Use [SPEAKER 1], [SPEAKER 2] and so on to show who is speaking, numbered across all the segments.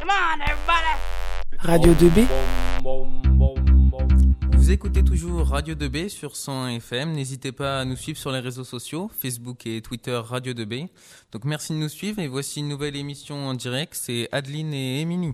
[SPEAKER 1] Come on, everybody!
[SPEAKER 2] Radio 2B,
[SPEAKER 3] Vous écoutez toujours Radio 2B sur 100 FM. N'hésitez pas à nous suivre sur les réseaux sociaux, Facebook et Twitter Radio 2B. Donc merci de nous suivre et voici une nouvelle émission en direct. C'est Adeline et Émilie.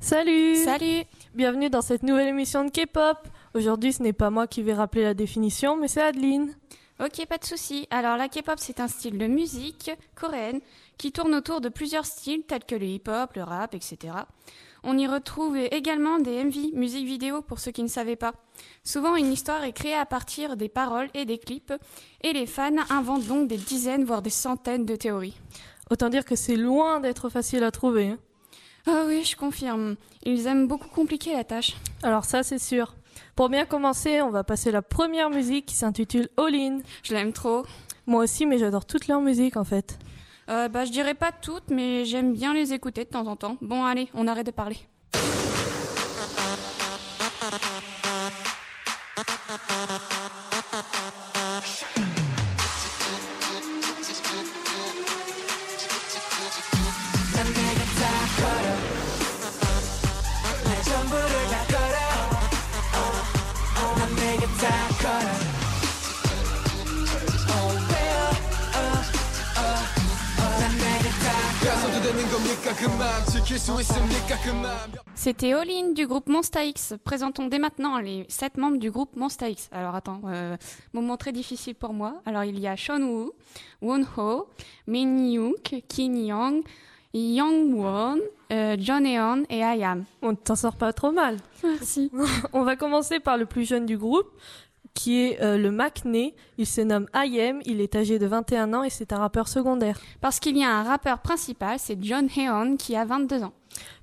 [SPEAKER 4] Salut
[SPEAKER 5] Salut
[SPEAKER 4] Bienvenue dans cette nouvelle émission de K-pop. Aujourd'hui, ce n'est pas moi qui vais rappeler la définition, mais c'est Adeline.
[SPEAKER 5] Ok, pas de souci. Alors la K-pop, c'est un style de musique coréenne qui tourne autour de plusieurs styles tels que le hip-hop, le rap, etc. On y retrouve également des MV, musique vidéo pour ceux qui ne savaient pas. Souvent, une histoire est créée à partir des paroles et des clips, et les fans inventent donc des dizaines, voire des centaines de théories.
[SPEAKER 4] Autant dire que c'est loin d'être facile à trouver. hein.
[SPEAKER 5] Ah oui, je confirme. Ils aiment beaucoup compliquer la tâche.
[SPEAKER 4] Alors ça, c'est sûr. Pour bien commencer, on va passer la première musique qui s'intitule All In.
[SPEAKER 5] Je l'aime trop.
[SPEAKER 4] Moi aussi, mais j'adore toute leur musique en fait.
[SPEAKER 5] Euh, bah, je dirais pas toutes, mais j'aime bien les écouter de temps en temps. Bon, allez, on arrête de parler. C'était All In du groupe Monsta X. Présentons dès maintenant les sept membres du groupe Monsta X. Alors attends, euh, moment très difficile pour moi. Alors il y a Sean Woo, Won Ho, Min Yook, Kim Young, Yang Won, euh, John Eon et Ayam.
[SPEAKER 4] On ne t'en sort pas trop mal.
[SPEAKER 5] Merci.
[SPEAKER 4] On va commencer par le plus jeune du groupe, qui est euh, le Macné. Il se nomme IM, il est âgé de 21 ans et c'est un rappeur secondaire.
[SPEAKER 5] Parce qu'il y a un rappeur principal, c'est John Heon qui a 22 ans.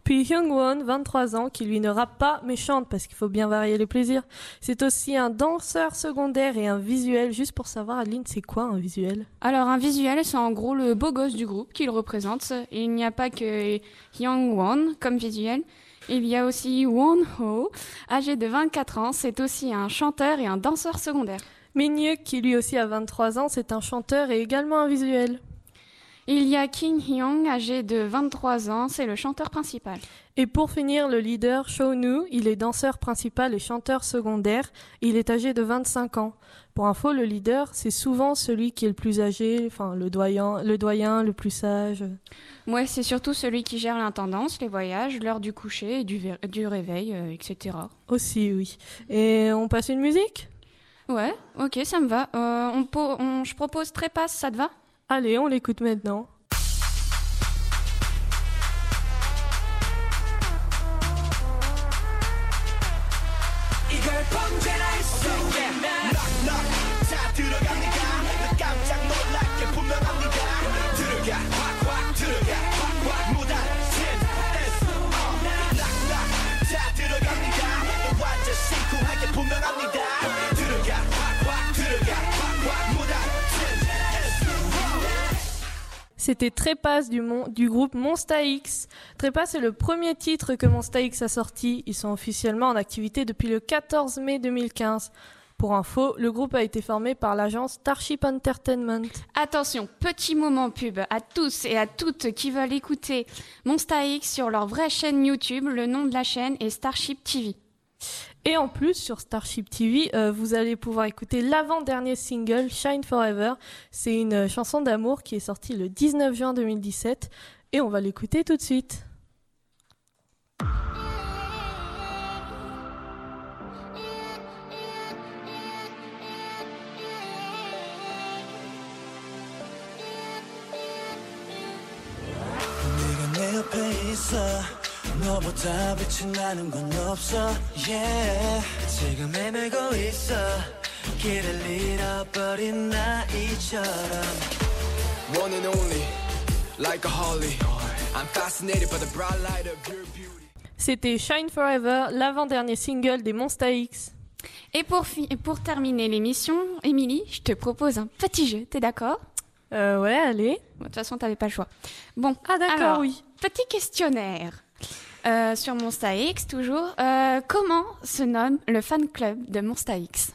[SPEAKER 4] Puis Hyungwon, 23 ans, qui lui ne rappe pas mais chante parce qu'il faut bien varier les plaisirs. C'est aussi un danseur secondaire et un visuel. Juste pour savoir, Adeline, c'est quoi un visuel
[SPEAKER 5] Alors un visuel, c'est en gros le beau gosse du groupe qu'il représente. Et il n'y a pas que Yang Won comme visuel. Il y a aussi Won Ho, âgé de 24 ans. C'est aussi un chanteur et un danseur secondaire.
[SPEAKER 4] Minhyuk, qui lui aussi a 23 ans, c'est un chanteur et également un visuel.
[SPEAKER 5] Il y a Kim Hyung, âgé de 23 ans. C'est le chanteur principal.
[SPEAKER 4] Et pour finir, le leader Shonu, il est danseur principal et chanteur secondaire. Il est âgé de 25 ans. Pour info, le leader, c'est souvent celui qui est le plus âgé, enfin le doyen, le doyen, le plus sage.
[SPEAKER 5] Moi, c'est surtout celui qui gère l'intendance, les voyages, l'heure du coucher et du, ver- du réveil, euh, etc.
[SPEAKER 4] Aussi, oui. Et on passe une musique
[SPEAKER 5] Ouais, ok, ça me va. Euh, on po- on- je propose Trépasse, ça te va
[SPEAKER 4] Allez, on l'écoute maintenant. C'était Trépasse du, mon- du groupe Monsta X. Trépasse est le premier titre que Monsta X a sorti. Ils sont officiellement en activité depuis le 14 mai 2015. Pour info, le groupe a été formé par l'agence Starship Entertainment.
[SPEAKER 5] Attention, petit moment pub à tous et à toutes qui veulent écouter Monsta X sur leur vraie chaîne YouTube. Le nom de la chaîne est Starship TV.
[SPEAKER 4] Et en plus, sur Starship TV, euh, vous allez pouvoir écouter l'avant-dernier single, Shine Forever. C'est une euh, chanson d'amour qui est sortie le 19 juin 2017. Et on va l'écouter tout de suite.
[SPEAKER 6] 네가 내 옆에 있어 너보다 빛이 나는 건 없어 yeah. 지금 헤매고 있어 길을 잃어버린 나이처럼
[SPEAKER 7] One and only, like a holly. I'm fascinated by the bright light of your beauty.
[SPEAKER 4] C'était Shine Forever, l'avant-dernier single des Monsta X.
[SPEAKER 5] Et pour, fi- et pour terminer l'émission, Émilie, je te propose un petit jeu, t'es d'accord
[SPEAKER 4] Euh, ouais, allez.
[SPEAKER 5] Bon, De toute façon, t'avais pas le choix. Bon,
[SPEAKER 4] Ah, d'accord,
[SPEAKER 5] Alors,
[SPEAKER 4] oui.
[SPEAKER 5] petit questionnaire. Euh, sur Monsta X, toujours. Euh, comment se nomme le fan club de Monsta X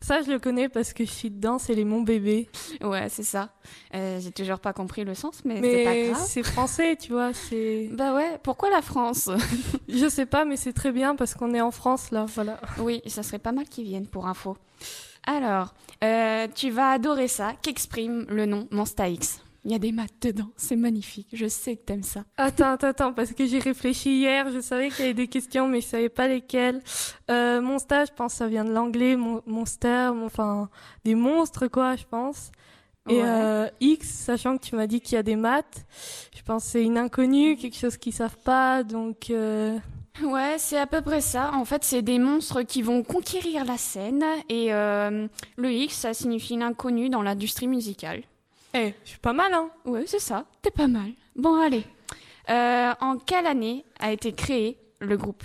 [SPEAKER 4] Ça, je le connais parce que je suis dedans, c'est les Mon Bébé.
[SPEAKER 5] Ouais, c'est ça. Euh, J'ai toujours pas compris le sens, mais, c'est pas
[SPEAKER 4] Mais
[SPEAKER 5] grave.
[SPEAKER 4] c'est français, tu vois. C'est.
[SPEAKER 5] Bah ouais, pourquoi la France
[SPEAKER 4] Je sais pas, mais c'est très bien parce qu'on est en France là, voilà.
[SPEAKER 5] Oui, ça serait pas mal qu'ils viennent pour info. Alors, euh, tu vas adorer ça, qu'exprime le nom Monsta X. Il y a des maths dedans, c'est magnifique, je sais que t'aimes ça.
[SPEAKER 4] Attends, attends, attends, parce que j'ai réfléchi hier, je savais qu'il y avait des questions, mais je savais pas lesquelles. Euh, monster, je pense, que ça vient de l'anglais, mon, monster, mon- enfin, des monstres, quoi, je pense. Et
[SPEAKER 5] Ouais.
[SPEAKER 4] euh, X, sachant que tu m'as dit qu'il y a des maths, je pense que c'est une inconnue, quelque chose qu'ils savent pas, donc... euh,
[SPEAKER 5] Ouais, c'est à peu près ça. En fait, c'est des monstres qui vont conquérir la scène et euh, le X, ça signifie l'inconnu dans l'industrie musicale.
[SPEAKER 4] Eh, je suis pas mal, hein
[SPEAKER 5] Ouais, c'est ça, t'es pas mal. Bon, allez. Euh, en quelle année a été créé le groupe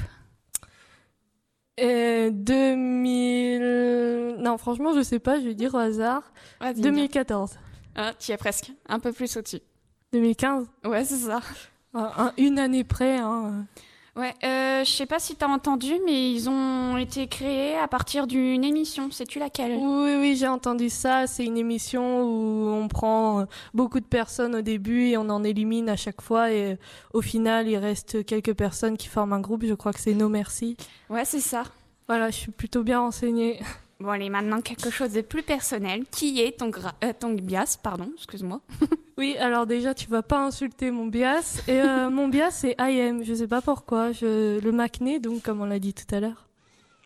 [SPEAKER 4] euh, 2000... Non, franchement, je sais pas, je vais dire au hasard. 2014.
[SPEAKER 5] Ah, t'y es presque, un peu plus au-dessus.
[SPEAKER 4] 2015
[SPEAKER 5] Ouais, c'est ça.
[SPEAKER 4] Un- un- Une année près, hein
[SPEAKER 5] Ouais, euh, je sais pas si t'as entendu, mais ils ont été créés à partir d'une émission. Sais-tu laquelle
[SPEAKER 4] Oui, oui, j'ai entendu ça. C'est une émission où on prend euh, beaucoup de personnes au début et on en élimine à chaque fois. Et euh, au final, il reste quelques personnes qui forment un groupe. Je crois que c'est No Merci.
[SPEAKER 5] Ouais, c'est ça.
[SPEAKER 4] Voilà, je suis plutôt bien renseignée.
[SPEAKER 5] Bon, allez, maintenant quelque chose de plus personnel. Qui est ton, gra- euh, ton bias Pardon, excuse-moi.
[SPEAKER 4] Oui, alors déjà, tu vas pas insulter mon bias. Et euh, mon bias, c'est IM. Je sais pas pourquoi. Je le macné, donc, comme on l'a dit tout à l'heure.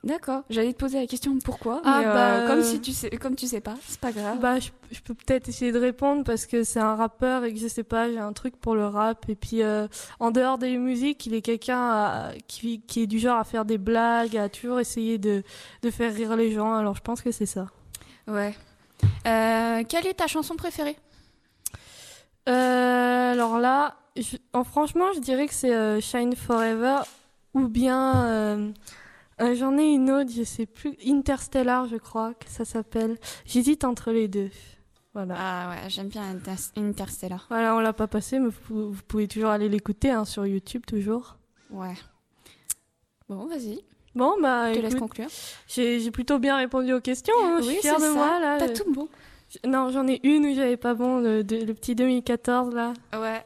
[SPEAKER 5] D'accord. J'allais te poser la question pourquoi.
[SPEAKER 4] Ah,
[SPEAKER 5] mais, euh,
[SPEAKER 4] bah,
[SPEAKER 5] comme
[SPEAKER 4] euh,
[SPEAKER 5] si tu sais, comme tu sais pas, c'est pas grave.
[SPEAKER 4] Bah, je, je peux peut-être essayer de répondre parce que c'est un rappeur et que je sais pas, j'ai un truc pour le rap. Et puis, euh, en dehors des musiques, il est quelqu'un à- qui, qui est du genre à faire des blagues, à toujours essayer de, de faire rire les gens. Alors, je pense que c'est ça.
[SPEAKER 5] Ouais. Euh, quelle est ta chanson préférée
[SPEAKER 4] Euh, alors là, je- en franchement, je dirais que c'est euh, Shine Forever ou bien euh, euh, j'en ai une autre, je sais plus, Interstellar, je crois que ça s'appelle. J'hésite entre les deux. Voilà.
[SPEAKER 5] Ah ouais, j'aime bien Inter- Interstellar.
[SPEAKER 4] Voilà, on l'a pas passé, mais vous, pou- vous pouvez toujours aller l'écouter hein, sur YouTube, toujours.
[SPEAKER 5] Ouais. Bon, vas-y,
[SPEAKER 4] Bon, bah,
[SPEAKER 5] je te laisse
[SPEAKER 4] écoute,
[SPEAKER 5] conclure.
[SPEAKER 4] j'ai j'ai plutôt bien répondu aux questions. hein, je suis fière de
[SPEAKER 5] ça.
[SPEAKER 4] moi, là.
[SPEAKER 5] T'as
[SPEAKER 4] Euh,
[SPEAKER 5] tout bon.
[SPEAKER 4] j- Non, j'en ai une où j'avais pas bon, le, de- le petit 2014, là.
[SPEAKER 5] Ouais.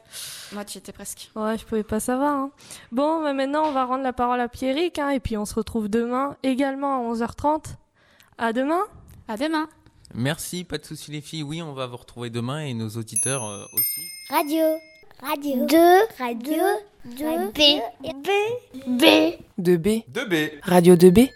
[SPEAKER 5] Moi, tu étais presque.
[SPEAKER 4] Ouais, je pouvais pas savoir. hein. Bon, bah, maintenant, on va rendre la parole à Pierrick, hein, et puis on se retrouve demain, également à 11h30. À demain
[SPEAKER 5] À demain.
[SPEAKER 3] Merci, pas de souci les filles. Oui, on va vous retrouver demain et nos auditeurs euh, aussi.
[SPEAKER 1] Radio. Radio. De. Radio. De. B. B. B.
[SPEAKER 2] De B.
[SPEAKER 8] 2B.
[SPEAKER 2] Radio 2B.